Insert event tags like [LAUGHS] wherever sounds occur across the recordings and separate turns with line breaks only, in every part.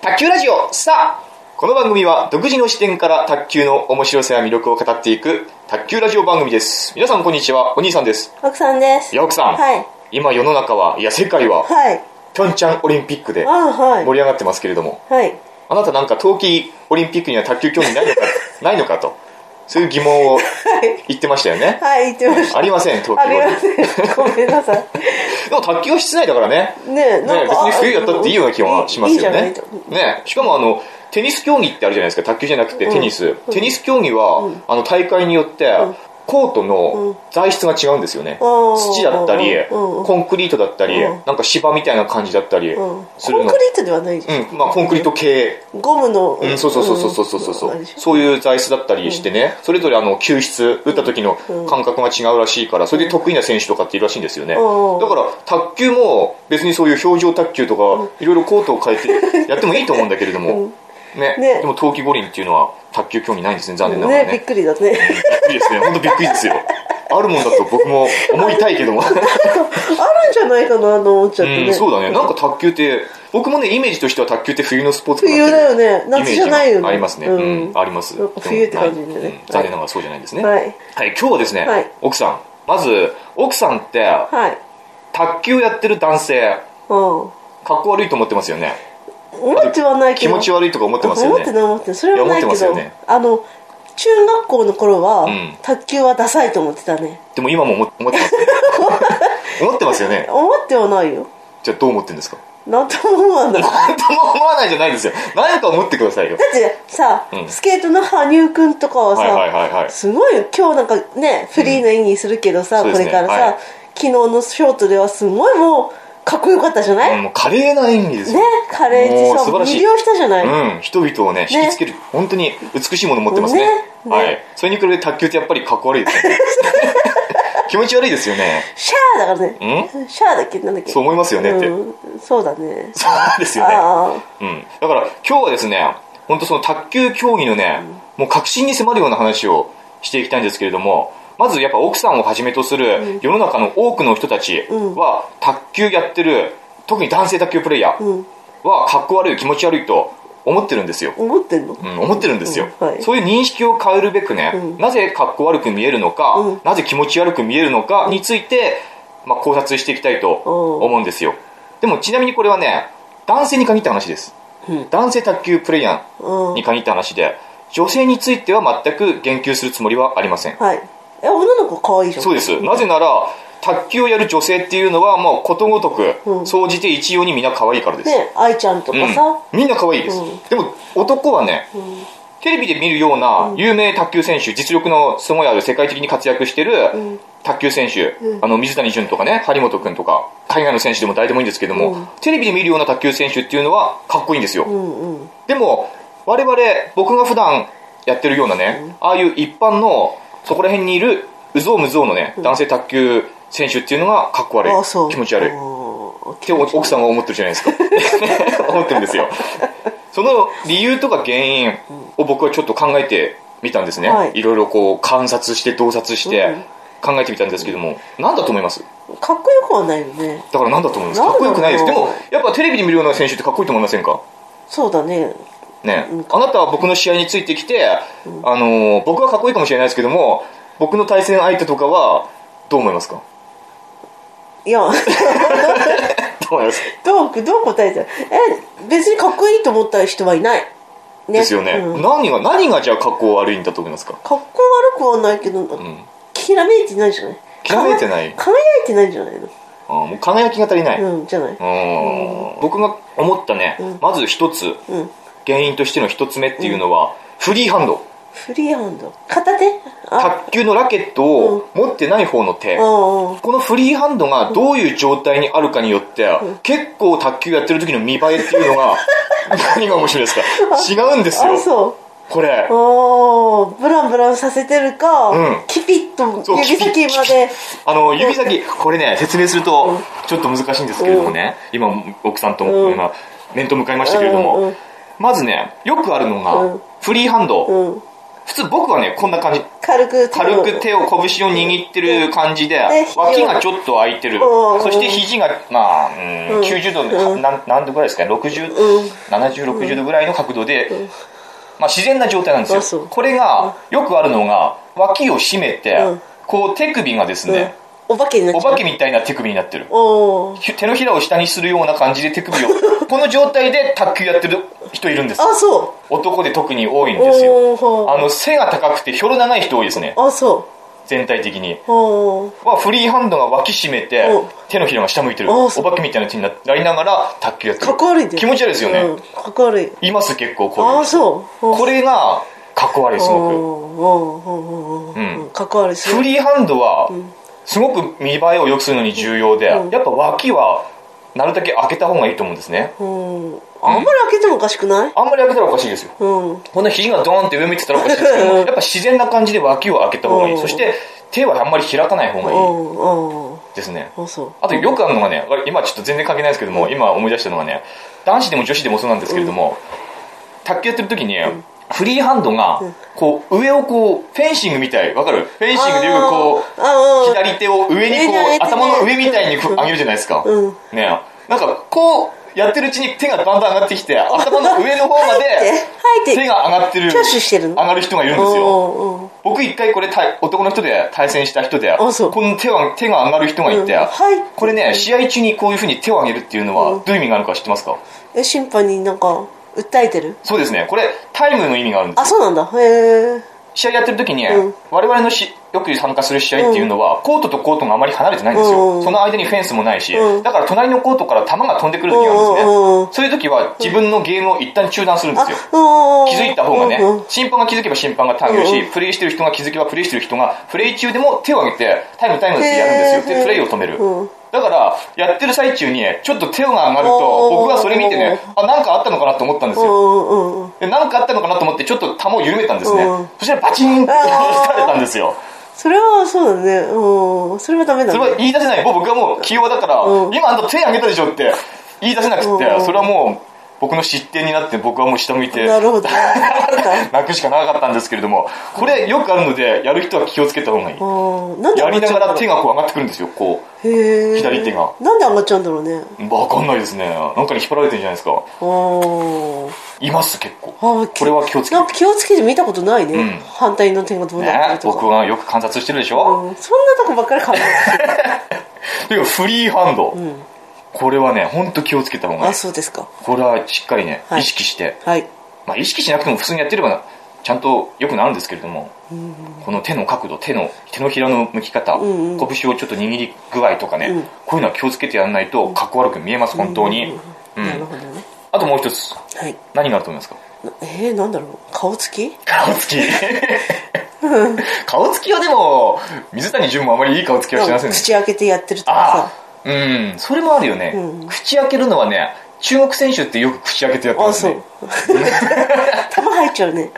卓球ラジオスターこの番組は独自の視点から卓球の面白さや魅力を語っていく卓球ラジオ番組です皆さんこんにちはお兄さんです
奥さんです。
いや奥さん
はい。
今世の中はいや世界は
はい。
ピョンチャンオリンピックで
あはい。
盛り上がってますけれども
はい。
あなたなんか冬季オリンピックには卓球興味ないの
[LAUGHS]
かないのかとそういう疑問を
はい。
言ってましたよね
はい、言ってました。
ありません冬季
あ
オリ
り
ンピ
ま
ック
せん。ごめんなさい。
でも卓球は室内だからね
ねえ、
ね、別に冬やったっていいような気はしますよね
いいじゃないと。
ねしかもあのテニス競技ってあるじゃないですか卓球じゃなくてテニス、テニス競技は、あの大会によって、コート
う
の
ん
材質が違うんですよね、
うん
土だったり、
うん
コンクリートだったり、
うん
なんか芝みたいな感じだったり
うん
する
コン
の
クリー、トではないじゃん。
うんまあ、コンクリート系、
ゴムの。
うん、そうそうそうそうそうそうそう、
んあれでしょ
そういう材質だったりしてね、それぞれあの球質打った時の感覚が違うらしいからそれで得意な選手とかっているらしいんですよね、
うん
だから卓球も別にそういう表情卓球とかいろいろコートを変えてやって [LAUGHS] もいいと思うんだけれども、ね
ね
でも冬季五輪っていうのは卓球興味ないんですね残念ながら
ね
ね
びっくりだね。
びっくりですね本当びっくりですよあるもんだと僕も思いたいけども
あるんじゃないかなと思っちゃって
うん、
ね。
そうだねなんか卓球って僕もねイメージとしては卓球って冬のスポーツかなってい
冬
う
だよね。
イメ
夏
ージ
じゃないよね。
がありますね、うん
うん
あります
なんか冬って感じでね
うん
はい
残念ながらそうじゃないんですねはい、
はい。
今日はですね、
はい
奥さんまず奥さんって
はい。
卓球やってる男性
うん。
かっこ悪いと思ってますよね
思ってはないけ
気
ど。
持ち悪いとか思ってますよ
思って
ね
ない思ってないそれはな
いや思
い
ってま
け
すよ
ど
ね
あの中学校の頃は、
ん
卓球はダサいと思ってたね
でも今も思思って
[LAUGHS]
ますよね思ってますよね
思ってはないよ
じゃあどう思ってるんですか [LAUGHS]
なんとも思わないだ
なんとも思わないじゃないですよ何か思ってくださいよ
ってさ、
うん
スケートの羽生君とかはさ、
はいはいはいはい
すごいよ今日なんかねフリーの演技するけど
そ
さ、
うで
こ
すね
れからさ、
はい
昨日のショートではすごいもうかっこよかったじゃな
う
い、
んもう華麗な演技ですよ
ねカレー
もう
でさ
素晴らしい
魅了したじゃない、
うん、人々をね引きつける、本当に美しいもの持ってますね
ね
はいそれに比べて卓球ってやっぱりかっこ悪いです
[LAUGHS]
よね気持ち悪いですよね
シャーだからねシャーだっけなんだっけ
そう思いますよねって、
うんそうだね
そうですよね
ああ
うん、だから今日はですね本当その卓球競技のね、もう革新に迫るような話をしていきたいんですけれどもまずやっぱ奥さんをはじめとする世の中の多くの人たちは卓球やってる特に男性卓球プレイヤー
ん
はかっこ悪い気持ち悪いと思ってるんですよ
思ってんの、
うん、思ってるんですよ、
うんはい
そういう認識を変えるべくね、なぜかっこ悪く見えるのか、
うん
なぜ気持ち悪く見えるのかについて、まあ、考察していきたいと思うんですよでもちなみにこれはね男性に限った話です、
うん
男性卓球プレイヤ
う
ー
ん
に限った話で女性については全く言及するつもりはありません
はい。え、女の子可愛いじゃん。
そうですなぜなら卓球をやる女性っていうのはもうことごと
うん
く総じて一様にみんな可愛いからです、
ね、愛ちゃんとかさ。
うん、みんな可愛いです、
うん
でも男はね、テレビで見るような有名卓球選手、実力のすごいある世界的に活躍してる卓球選手、あの水谷隼とかね張本君とか海外の選手でも誰でもいいんですけども、テレビで見るような卓球選手っていうのはかっこいいんですよ、
うんうん。
でも我々僕が普段やってるようなね、ああいう一般のそこら辺にいるうぞうむぞうのね、男性卓球選手っていうのがかっこ悪い
あ、そう。
気持ち悪い
うん
って奥さんは思ってるじゃないですか [LAUGHS] 思ってるんですよその理由とか原因を僕はちょっと考えてみたんですね、、
はいい
ろいろこう観察して洞察して
うん
考えてみたんですけども何だと思います
かっこよくはないよね。
だから何だと思いますか
何
っ
だ
こ
ろう
よくないですでもやっぱテレビで見るような選手ってかっこいいと思いませんか
そうだね。
ねあなたは僕の試合についてきて、あのー僕はかっこいいかもしれないですけども僕の対戦相手とかはどう思い
[LAUGHS]
ますか
いや、 [LAUGHS]
どう思います
どう、どう答えたら。え、別にかっこいいと思った人はいない。ね
ですよね、
うんかっ
何が何がじゃあ格好悪いんだと思いますか
こ悪くはないけど、
ん
きらめいてないじゃない
きらめいてない
か輝いてないんじゃないの
あーもう輝きが足りない、
うん、じゃない。
うん僕が思ったね、まず一つ、
うん。
原因としての一つ目っていうのは、フリーハンド
フリーハンド。片手あ、
卓球のラケットを持ってない方の手、
うんうん。
このフリーハンドがどういう状態にあるかによって、結構卓球やってる時の見栄えっていうの
[LAUGHS]
が何が面白いですか違うんですよ
あ、そう。
これ
おーブランブランさせてるか、
うん
キピッと
そう
指先まで
[LAUGHS] あの指先これね説明するとちょっと難しいんですけれどもね、今奥さんと
うん
今面と向かいましたけれども、
うんうん
まずねよくあるのが、
うん
フリーハンド、
うん
普通僕はね、こんな感じ。
軽く手
軽
を
く手を拳を握ってる感じで
で、
脇がちょっと空いてる
うん。
そして肘が、まあ、うん
うん
90度、
うん
なん何度ぐらいですかね、60、
うん
70、60度ぐらいの角度で
ん、
まあ自然な状態なんで
あ
す
そ
よ。
う
これが、よくあるのが、脇を締めて
うん、
こう手首がですね、
うん、お化けにな
お
っちゃう
化けみたいな手首になってる。
おー
ひ手のひらを下にするような感じで手
[LAUGHS]
首を、この状態で卓球やってる人いるんですよ
あそ
男で特に多いん
う
ですよ。
おーは
あの、背が高くてひょろ長い人多いですね。
ああそ
全体的に。
うおー
はフリーハンドが脇締めて
うん
手のひらが下向いてる
あ
お
あそう
化けみたいな手になりながら卓球やってる
かっこ悪いんだよ
気持ち悪いですよね、
うん、かっこ悪い
います結構こう
あ
いう
あ
人
そう
これがかっこ悪いすご
ご
うん
くかっこ悪い
くフ
し
リーハンドはすごく見栄えを良くするのに重要で、
うん
やっぱ脇はなるだけ開けた方がいいと思うんですね
うんあんまり開けてもおかしくない
あんまり開けたらおかしいですよ
うん
こんな肘がドーンって上向いてたらおかしいですけども
うん
やっぱ自然な感じで脇を開けた方がいい、
うん
そして手はあんまり開かない方
う
がいい
んうん
ですね、
あそう
あとよくあるのがね、今ちょっと全然関係ないですけども、今思い出したのがね、男子でも女子でもそうなんですけれども、卓球やってる時に、フリーハンドが、こう、上をこう、フェンシングみたい、わかるフェンシングでよくこ
あーあ
う、
ー
左手を上にこ
上に上げて
う、
ね
頭の上みたいにこう上げるじゃないですか
うん。
ねなんか、こう、やってるうちに手がだんだん上がってきて、頭の上の方
[LAUGHS]
まで、
入って
手が上がってる、
挙手してる
上
の
がる人がいるんですよ。
よ
僕一回これ対男の人で対戦した人でこ
あそう
の手は手が上がる人がいて、
うんはい
これね試合中にこういうふうに手を上げるっていうのは
う
どういう意味があるか知ってますか、
え審判になんか訴えてる
そうですねこれタイムの意味があるんです
あそうなんだへえ
試合やってる時に、
うん
我々のしよく参加する試合っていうのは、コートとコートがあまり離れてないんです
うん
よ、
うん
その間にフェンスもないし、
うん
だから隣のコートから球が飛んでくる時があるんですね、
うんうんうん
そういう時は自分のゲームを一旦中断するんで
あ
すよ
うん
気づいた方がね
うんうん、
審判が気づけば審判がタイムる
う
し
ん、
プレイしてる人が気づけばプレイしてる人が、プレイ中でも手を挙げて、タイムタイムってやるんですよ。
へー
で、プレイを止める
うん。
だから、やってる最中に、ちょっと手が上がると
お、ー
僕はそれ見てね、あ、なんかあったのかなと思ったんです
う
よ。
んうんうん
で、なんかあったのかなと思って、ちょっと球を緩めたんですね
うん。
そしたら、バチンって
あー
打たれたんですよ。
それはそうだねうんそれはダメだ
それは
ね
言い出せない。もう僕はもう器用だから
う、ん
今あんた手挙げたでしょって言い出せなくって、
うん
それはもう、僕の失点になって、僕はもう下向いて、
なる
[LAUGHS]
ほどあ
泣くしかなかったんですけれども、これよくあるので、やる人は気をつけた方がいい。
ーなんで
や
上が
り
っち
なが
ゃうんだろ
ら
う
手がこう上がってくるんですよ、こ
へえ
左手が
なんで上がっちゃうんだろうね
う。わかんないですね。なんかに引っ張られてるんじゃないですか。
おー
います、結構。
あー
これは気をつけ
な
て
ん。か気をつけて見たことないね、
うん
反対の点がどうなって
ね
る、とか、
僕はよく観察してるでしょ、
うん、そんなとこばっかり考えてる、
というかフリーハンド、
うん、
これはね、ほんと気をつけた方がい
あ
い。
そうですか
これはしっかりね、
はい
意識して。
はい
まあ、意識しなくても普通にやってれば、ちゃんと良くなるんですけれども、この手の角度、手の、手のひらの向き方、
んうん
拳をちょっと握り具合とかね、
うん
こういうのは気をつけてやらないと、かっこ悪く見えます、本当に。うん
なるほどね
あともう一つ、
はい
何があると思いますか
なえー、なんだろう顔つき
顔
[LAUGHS]
つき顔つきはでも水谷隼もあまりいい顔つきはしてませんね
口開けてやってると
あ
か
あうんそれもあるよね、
うん
口開けるのはね中国選手ってよく口開けてやって
さあ
ま
あ
す
そう
ね
[LAUGHS] 球入っちゃうね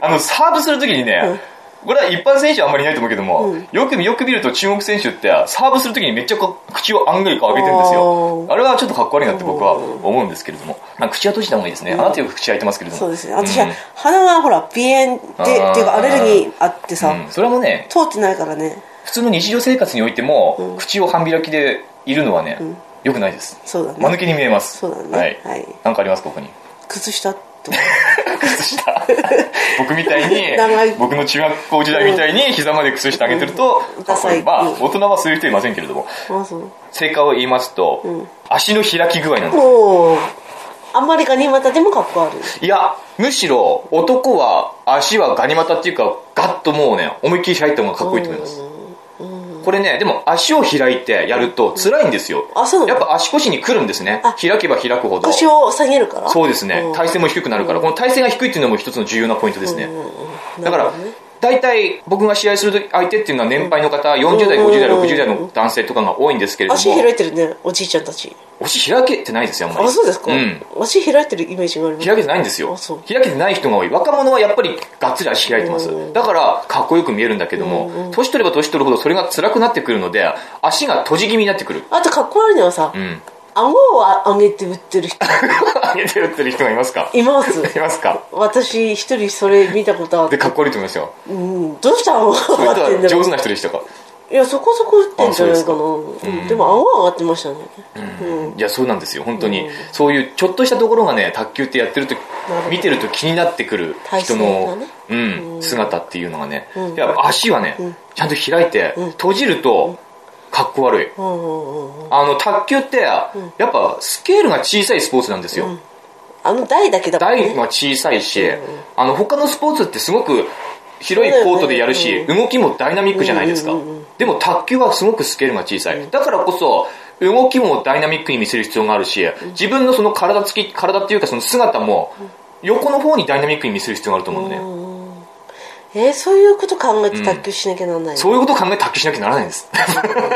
あのサーブするときにね、これは一般選手はあんまりいないと思うけども、
うん
よくよく見ると中国選手ってサーブするときにめっちゃこう口をアングルか開けてるんですよ
あー
あれはちょっとかっこ悪いなって僕は思うんですけれどもなんか口は閉じた方がいいですね、あなたよく口開いてますけれども
そうですね私は、
うん
鼻がほら鼻炎で
あー
っていうかアレルギーあってさ、
うんそれもね
通ってないからね
普通の日常生活においても、口を半開きでいるのはね、良くないです
そうだね
間抜けに見えます
そうだね
はい、
はい
なんかありますここに
靴下とか
靴下 [LAUGHS] 僕みたい
長い
に僕の中学校時代みたいに膝まで靴下上げてると、
うん
かっこいい
ダサい
まあ
うん
大人はそういう人いませんけれども
あそう
正解を言いますと、
ん
足の開き具合なんです
おおあんまりガニ股でもかっこ悪い
いやむしろ男は足はガニ股っていうかガッともうね思いっきり開いた方がかっこいいと思いますこれねでも足を開いてやると辛いんですよ、
あそうなの
やっぱ足腰に来るんですね
あ
開けば開くほど
腰を下げるから
そうですね
ん
体勢も低くなるからこの体勢が低いっていうのも一つの重要なポイントですねだから大体僕が試合する相手っていうのは年配の方40代50代
うん
60代の男性とかが多いんですけれども
足開いてるねおじいちゃんたち
足開けてないですよあんまり
あそうですか、
うん
足開いてるイメージがあります
開けてないんですよ
あそう
開けてない人が多い若者はやっぱりがっつり足開いてます
うん
だからかっこよく見えるんだけども年取れば年取るほどそれが辛くなってくるので足が閉じ気味になってくる
[LAUGHS] あとかっこ悪いのはさ、
うん
顎を上げて打ってる人
上家で打ってる人がいますか
います
いますか
私一人それ見たことあっ
で
て、
かっこ悪いと思いますよ
うん、どうしたの
それと
待ってん
は
だろ
上手
う
な人でしたか
いやそこそこ打ってんじゃないかな
あ
うん
かうん
でも青は上がってましたねうん、
いやそうなんですよ本当に、
うん
そういうちょっとしたところがね卓球ってやってると見てると気になってくる人の、
体
うん
うん
姿っていうのがね、
うん
やっぱ足はね、
うん
ちゃんと開いて、
ん
閉じるとかっこ悪い
うんうんうんうん
あの卓球ってやっぱスケールが小さいスポーツなんですよ、
んあの台だけだから、ね、
台が小さいし、
うん
あの他のスポーツってすごく広いコートでやるし、
そうだ
動きもダイナミックじゃないですか、
うんうんうんうん
でも卓球はすごくスケールが小さい、だからこそ動きもダイナミックに見せる必要があるし自分のその体つき体っていうかその姿も横の方にダイナミックに見せる必要があると思うのね、
うんうんえーそういうこと考えて卓球しなきゃなんない
そういうことを考えて卓球しなきゃならないんです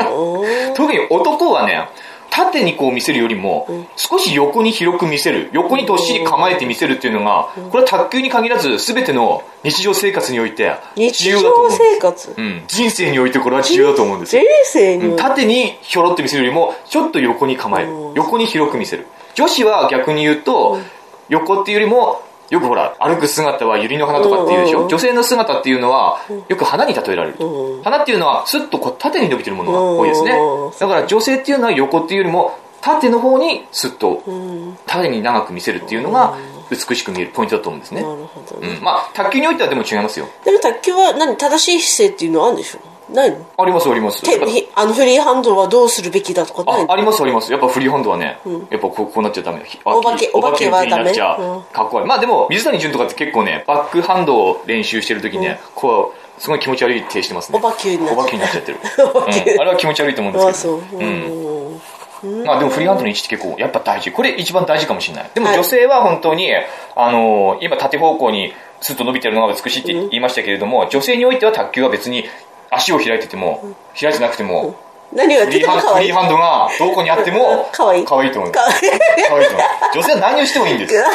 の、うん
特に男はね縦にこう見せるよりも少し横に広く見せる横にどっしり構えて見せるっていうのがこれは卓球に限らず全ての日常生活において
日
重
常
要だと思うんです
生活
うん、人生においてこれは重要だと思うんです
人
よ、
生に
うん
おいて
縦にひょろって見せるよりもちょっと横に構える
うん
横に広く見せる女子は逆に言うと横っていうよりもよくほら歩く姿は百合の花とかっていうでし
うんうん
ょ
うん
女性の姿っていうのはよく花に例えられる
うんうん
花っていうのはスッとこう縦に伸びてるものが多いですね
うん
だから女性っていうのは横っていうよりも縦の方にスッと
うん
縦に長く見せるっていうのが美しく見えるポイントだと思うんです
な
ね、
るほど
う
ね、
ん、まあ卓球においてはでも違いますよ
でも卓球は何正しい姿勢っていうのはあるんでしょないの
ありますあります
手ひあのフリーハンドはどうするべきだとかない
あ
の
ありますありますやっぱフリーハンドはね、やっぱこうこうなっちゃダメだひあ
お化け
ひ
お化けは
お化になっちゃ
ダメうん
かっこ悪いまあでも水谷隼とかって結構ねバックハンドを練習してる時にね、こうすごい気持ち悪い手してますね
お化けになっちゃう
お化けになっちゃってる、
[LAUGHS] お化け
うんあれは気持ち悪いと思うん
ああ
ですけ
そ
ど
う、
うん
うん
まあでもフリーハンドの位置って結構やっぱ大事これ一番大事かもしれないでも
はい
女性は本当に、あのー今縦方向にスッと伸びてるのが美しいって言いましたけれども、女性においては卓球は別に足を開いてても開いてなくても、
何をやっ
フ
て
リー
て
ハ
も
ンド
可
フ
愛
リ
い
ーハンドがどこにあっても
可愛い
可愛いと思います
可
可
愛
愛いと思います女性は何をしてもいいんですだか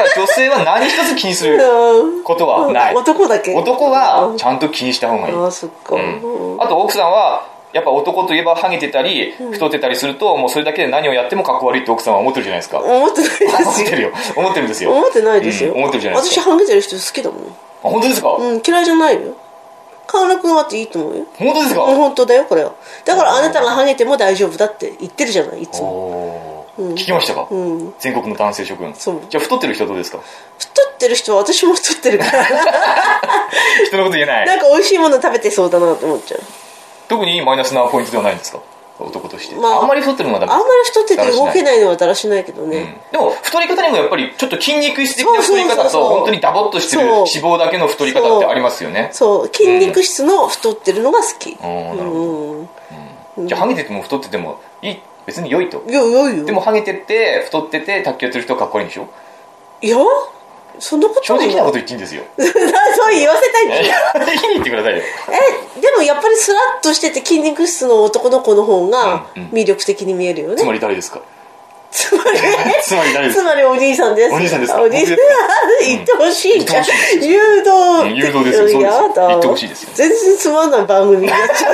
ら女性は何一つ気にする
い
ことはない
[LAUGHS] 男だけ
男はちゃんと気にした方がいい、
ああそっか、
うんあと奥さんはやっぱ男といえばハゲてたり太ってたりするともうそれだけで何をやってもかっこ悪いって奥さんは思ってるじゃないですか思
思ってないです
っ
よ
てるよ思ってるんですよ
思ってないですよ、
うん思ってるじゃないです
私
か
ハンゲてる人好きだもん
あ本当ですか、
うん嫌いじゃないよ河村君はっていいと思うよ
本当ですか、
もう本当だよこれはだからあなたがハゲても大丈夫だって言ってるじゃないいつも
おー
うん
聞きましたか、
うん
全国の男性諸君
そう
じゃあ太ってる人はどうですか
太ってる人は私も太ってるから
[LAUGHS] 人のこと言えない
なんか美味しいもの食べてそうだなと思っちゃう
特にマイナスなポイントではないんですか男として、
まあ
あ、んまり太ってるのはダ
あん
メ
まり太ってて動け
ない、
ないのはだらしないけど
う
ね、
んでも太り方にもやっぱりちょっと筋肉質的な太り
そう
方
そうそう
と
そう
本当にダボっとしてる
そ
脂
う
肪だけの太り方ってありますよね
そう筋肉質の太ってるのが好き
あーなるほ
うんうん
じゃあハゲてても太っててもいい別に良いと
いやいやいや
でもハゲてって太ってて卓球やってる人はかっこ悪いんでしょ
いやそんなこと
正
ない
直なこと言っていいんです
[LAUGHS]
よ
そう言わせたいん
いい
だよ
言ってくださいよ
えでもやっぱりスラッとしてて筋肉質の男の子の方が
うんうん
魅力的に見えるよね、
つまり誰ですか
つまり
つまり誰です
つ
か
まりお兄さんです
お兄さんです
あお [LAUGHS] 兄さん言ってほしいじゃ
言
ん
ってほしいです
誘導
うん誘導ですよそうです
やだ
言ってほしいですよ
全然つまんない番組になっちゃ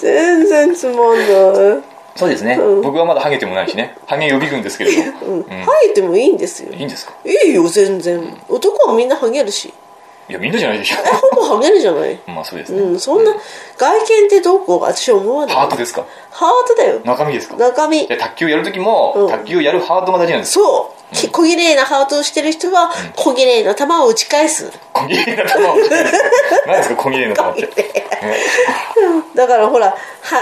[LAUGHS]
う全然つまんない
そうですね、
うん
僕はまだハゲてもないしねハゲ予備軍ですけれども、
うん、
うん
ハゲてもいいんですよ
いいんですか
いいよ全然男はみんなハゲるし
いやみんなじゃないでし
え [LAUGHS] ほぼハゲるじゃない
ょまあそうですね、
うんそんな外見ってどうこう私は思わない
ハートですか
ハートだよ
中身ですか
中身
で卓球やるときも、
うん
卓球をやるハートが大事なんです
そうき小綺麗なハートをしてる人は小綺麗な球を打ち返す
小切れな球を打ち返す何ですか小切れな球って
[LAUGHS] だからほらは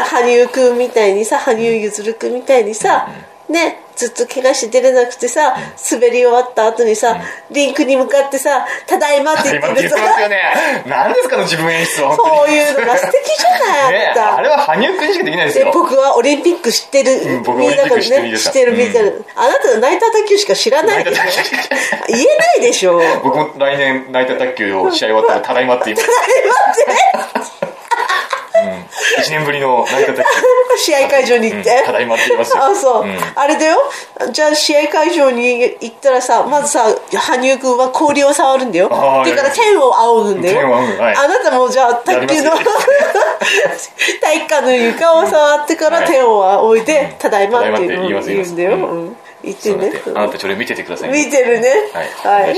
羽生くんみたいにさ羽生結弦くんみたいにさ、ねずっと怪我して出れなくてさ滑り終わった後にさ、リンクに向かってさ「ただいま」って言
今
って
言
る
っ
さ
てますよね何ですかの自分演出は本当
そ
に
ういうのが素敵じゃない、
ね
あな
え
た
あれは羽生くんしかできないです
で
よ
僕はオリンピック知ってる、
うん僕はオリンピック知ってる身でした
知ってる身だからあなたの泣いた卓球しか知らないでしょ
泣いた
言えないでしょただい
僕も来年ナイター卓球を試合終わったらただいまって言い
[LAUGHS]
ます
まって
1年ぶりのナイター卓
[LAUGHS] 試合会場に行って、
うんただいまって言いますよ
あそう、
うん
あれだよじゃあ試合会場に行ったらさまずさ羽生君は氷を触るんだよ
あー
だから天を仰ぐんだよ
天を仰ぐはい
あなたもじゃあ卓球の
やり
[LAUGHS] 体育館の床を触ってか
は
ら
い
天を仰いで、ただいまって
ただいまって言
言う
い
の
ま
を
す
言うんだよ、うん言っ
そ
て
うだっ
ね
て、あなたそれ見ててくださいね。
見てるね
はい
はい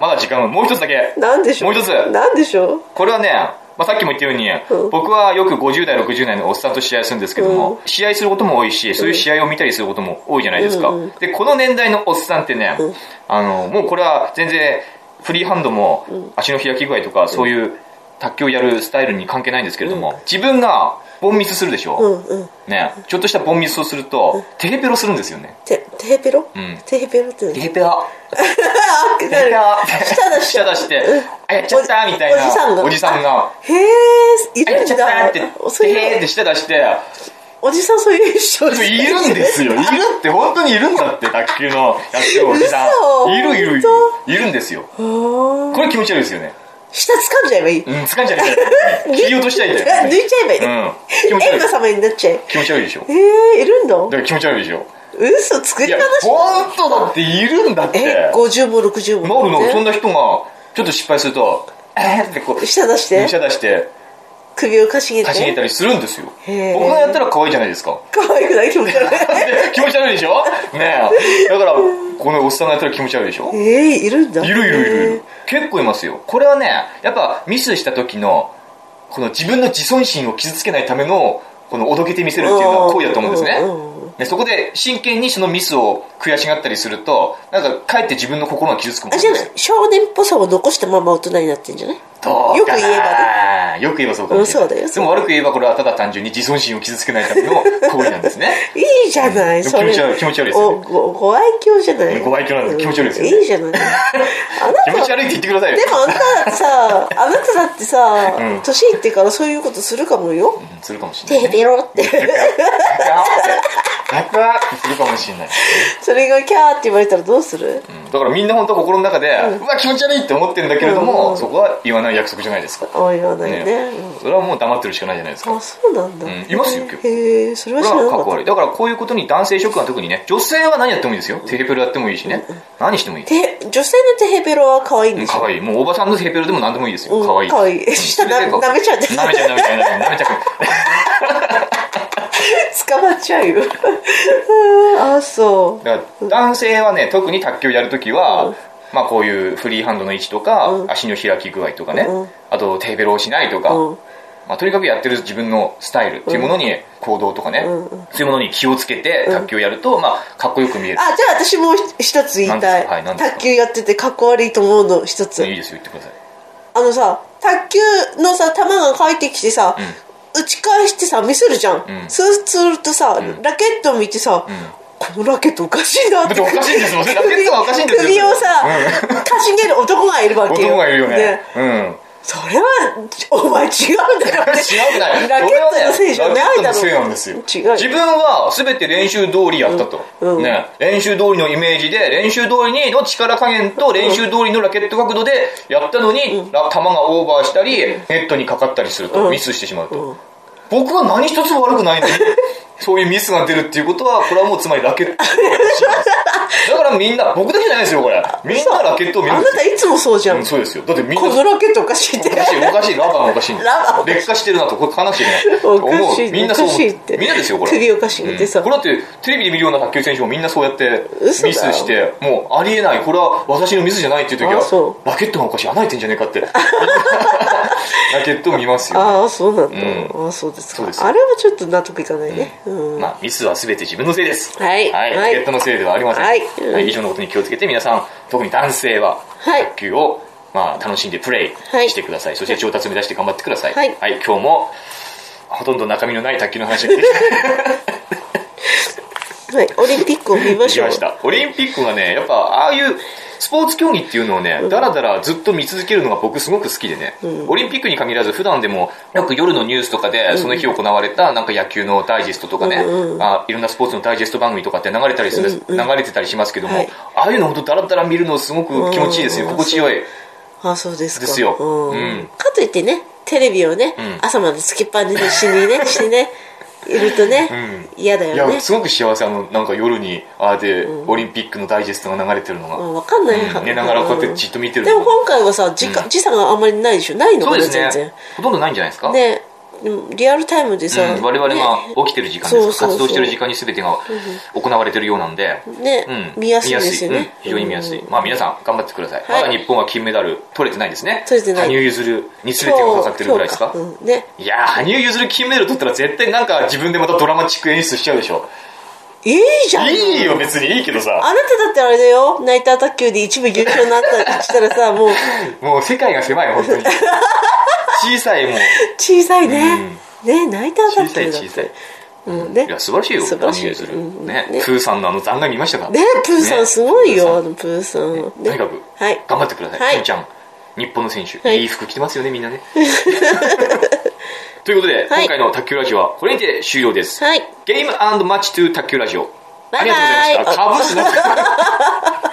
まだ時間はもう一つだけ。
なんでしょ
もう一つ
なんでしょう
これはね、まあ、さっきも言ったように、
うん
僕はよく50代、60代のおっさんと試合するんですけども、試合することも多いし、そういう試合を見たりすることも多いじゃないですか。
うんう
で、この年代のおっさんってね、
うん
あの、もうこれは全然、フリーハンドも、足の開き具合とか、そういう卓球をやるスタイルに関係ないんですけれども、自分が、ボンミスするでし
う
ょ、
んうん
ね、ちょっとしたボンミスをすると、テヘペロするんですよね。
てテヘペロ
うん
テヘペロって
テ
何
ヘペロ。
[LAUGHS] あ
テヘペロ。
舌出し
[LAUGHS] 舌出して、あ、やっちゃったみたい
おじさ
な、
んが
おじさんが、
へえい
あ、や
る
っちゃ
ん
った
だ
って、
そう
へー
い
って
う
舌出して、
おじさんそういう人
そういるん
[LAUGHS]
ですよ。いるって、本当にいるんだって、卓球のやってるおじさん。
嘘
いるいるいる
本。
いるんですよ。
あー
これ気持ち悪いですよね。
舌掴んじゃえばいい
うん、掴んじゃいけない。切り落としたいんだよ、
あ抜いちゃえばいい
うん。気持ち
エン
悪い
マ。様になっちゃえ
気持ち悪いでしょ。だ
えー、いるんだ
から気持ち悪いでしょ。
嘘作
い
り
や
話、
本当だっているんだって。
え50も60
な
も
るの、そん
な
な人が、ちょっと失敗すると、えーってこう、
舌出して
舌出して、
首をかしげて
かしげたりするんですよ。
へー
僕がやったら可愛いじゃないですか。
可愛くない気持ち
[LAUGHS]
悪い
で気持ち悪いでしょねえ。だから、このおっさんがやったら気持ち悪いでしょ
えー、いるんだ
いるいるいるいる。結構いますよ。これはね、やっぱミスした時の、この自分の自尊心を傷つけないための、このおどけてみせるっていうのは行為だと思うんですね
うんうんうん。
でそこで真剣にそのミスを悔しがったりすると、なんかかえって自分の心が傷つくもん
あ
で
じ
す
ゃあ
よ。
少年っぽさを残したまま大人になってんじゃない
どう
よく
か
言
な
えばね
よく言えばそうかもしれ
うんそうだ
ない。
よ
でも悪く言えばこれはただ単純に自尊心を傷つけないための行為なんですね。
[LAUGHS] いいじゃない、
うん
それ
気持ち悪い気持ち悪いですよ
おごご愛嬌じゃない
ご愛嬌なんです気持ち悪いですよね
いいじゃないあな
気
た
持ち
は
悪いって言ってくださいよ
で。もあなただっ
[LAUGHS]
てさあなただってさ、
うん
年いってからそういうことするかもよ
うんするかもしれ
て
ない
へ
ね。
ぺろって
[LAUGHS] やったやったするかもしれない。
それがキャーって言われたらどうする
うんだからみんな本当は心の中で、うわ、気持ち悪いって思ってるんだけれど
うんう
も、
ん
そこは言わない約束じゃないですか。
あ言わないね
ね
うん
それはもう黙ってるしかないじゃないですか。
あそうなんだ、
うんいますよ結構
へえそれは
こ
知
れ
ら
は
なか
か
っ
っこ悪い。
た
だからこういうことに男性諸君は特にね、女性は何やってもいいですよ。テヘペロやってもいいしね。何してもいい。
て女性のテヘペロは可愛いん
うん
でしょ
可愛いもうおばさんのテヘペロでも何でもいいですよ。
うん
可愛い
可愛い
うん
下な舐めちゃうね
舐めちゃう、舐めちゃう、舐めちゃう。
[LAUGHS] 捕まっちゃうよ [LAUGHS] ああそう
だから男性はね特に卓球やるときは、まあ、こういうフリーハンドの位置とか、
うん
足の開き具合とかね、
うん
あとテーブルをしないとか、
うん
まあ、とにかくやってる自分のスタイルっていうものに行動とかね、
んう
そういうものに気をつけて卓球をやると、まあ、かっこよく見える
あじゃあ私も一つ言いたい、
なんですかはい
卓球やっててかっこ悪いと思うの一つ、
いいですよ言ってください
あのさ卓球のさ球が返ってきてさ、打ち返してさ見せるじゃん、
うん
そうするとさ、ラケット見てさ、このラケットおかしいなって
だっておかしいんですもんねラケットがおかしいんですよ
首をさ、かしげる男がいるわけよ
男がいるよねうん
それはお前違うんだよって
違うない
ラケットのせいじゃないだ
ラケッ
ろ
トのせいなんですよ
違うよ
自分は全て練習通りやったと、
うんうん
ね、練習通りのイメージで練習通りにの力加減と練習通りのラケット角度でやったのに、ら球がオーバーしたりネットにかかったりすると、
うん
ミスしてしまうと、
うん
僕は何一つ悪く
[LAUGHS]
ないのにそういうミスが出るっていうことはこれはもうつまりラケットの話なんですだからみんな僕だけじゃないですよこれみんなラケットを見る
あ
ん
な
です
た
よ、
いつもそうじゃん、
うんそうですよだってみんな
このラケットおかしいって
おかしい、おかしい、ラバーがおかしいんだよ
ラバーおかしい
劣化してるなと、これ買わなくちゃいけない。
おかし
思
いう
みんなそう思
おかしいって
みんなですよ、これ。
首おかしいってさ
うんこれだって、テレビで見るような卓球選手もみんなそうやって、ミス
嘘だよ
して、もうありえない、これは私のミスじゃないっていう時
あそ
は
う、
ラケットがおかしい、穴開いてんじゃねえか
[LAUGHS]
って。ラケットを見ますよ。
ああそうなんだ、
う
ああそうです
そう
か
ですよ
あれはちょっと納得いかないね、うん
まあ、ミスは全て自分のせいです。
はい
はい。
はい
ラケットのせいではありません。
はい
以上のことに気をつけて、皆さん、特に男性は、
はい
卓球を、まあ、楽しんでプレ
は
イ
い
してください。そして上達を目指して頑張ってください。
はい
今日も、ほとんど中身のない卓球の話ができて
はい、オリンピックを見ま
で
し
き
ょう
ました。オリンピックがね、やっぱ、ああいう、スポーツ競技っていうのをね、だらだらずっと見続けるのが僕すごく好きでね、オリンピックに限らず普段でも、よく夜のニュースとかで、その日行われたなんか野球のダイジェストとかね、あ、いろんなスポーツのダイジェスト番組とかって流れたりする、流れてたりしますけども、
はい
ああいうのほんとだらだら見るのすごく気持ちいいですよ、
うん
心地よい。
あそうですか
ですよ
うん
うん
かといってねテレビをね、
ん
朝までつけっぱにしに
[LAUGHS]
ねしにねいるとね、嫌だ
い
よね
や、すごく幸せ、あの、なんか夜に、ああで、オリンピックのダイジェストが流れてるのが。
うん分かんない、
うん寝ながらこうやってじっと見てる
でも今回はさ時,、間時差があんまりないでしょないの
そ
か
うで
な
す
全
ね
然。
ほとんどないんじゃないですか
ねでもリアルタイムでさ、
うん、我々が
ね
起きてる時間です
そ
か
うそうそ
活
う
動してる時間に全てが行われてるようなんで、
ね
うん、
見やすいですよね
見やすいうん非常に見やすい、まあ皆さん頑張ってください、
はい
まだ日本は金メダル取れてないですね
取れてない
羽生結弦に全てがかかってるぐらいですか
そうそううん、ね
いやー羽生結弦金メダル取ったら絶対なんか自分でまたドラマチック演出しちゃうでしょ
いいじゃん
いいよ別にいいけどさ
あなただってあれだよナイター卓球で一部優勝になったした
[LAUGHS]
らさもう
もう世界が狭い本当
[LAUGHS]
に小さいもう
小さいね、ねナイター
小
卓
さい
球だ [LAUGHS]
小さい
うんね
いや素晴らしいよ
素晴らし
羽
い
生結
うん
弦ね
ね
プーさんのあの残骸見ましたか
ねプーさんすご
ね
い
プーさん
よ、あのプーさん、ね
とにかく
はい
頑張ってください、
はい
しんちゃん日本の選手、
はい
い、い服着てますよねみん
[LAUGHS]
なねということで、
はい
今回の卓球ラジオはこれにて終了です、
はい
ゲームマッチ2卓球ラジオ
バイバイ
ありがとうございましたかぶすな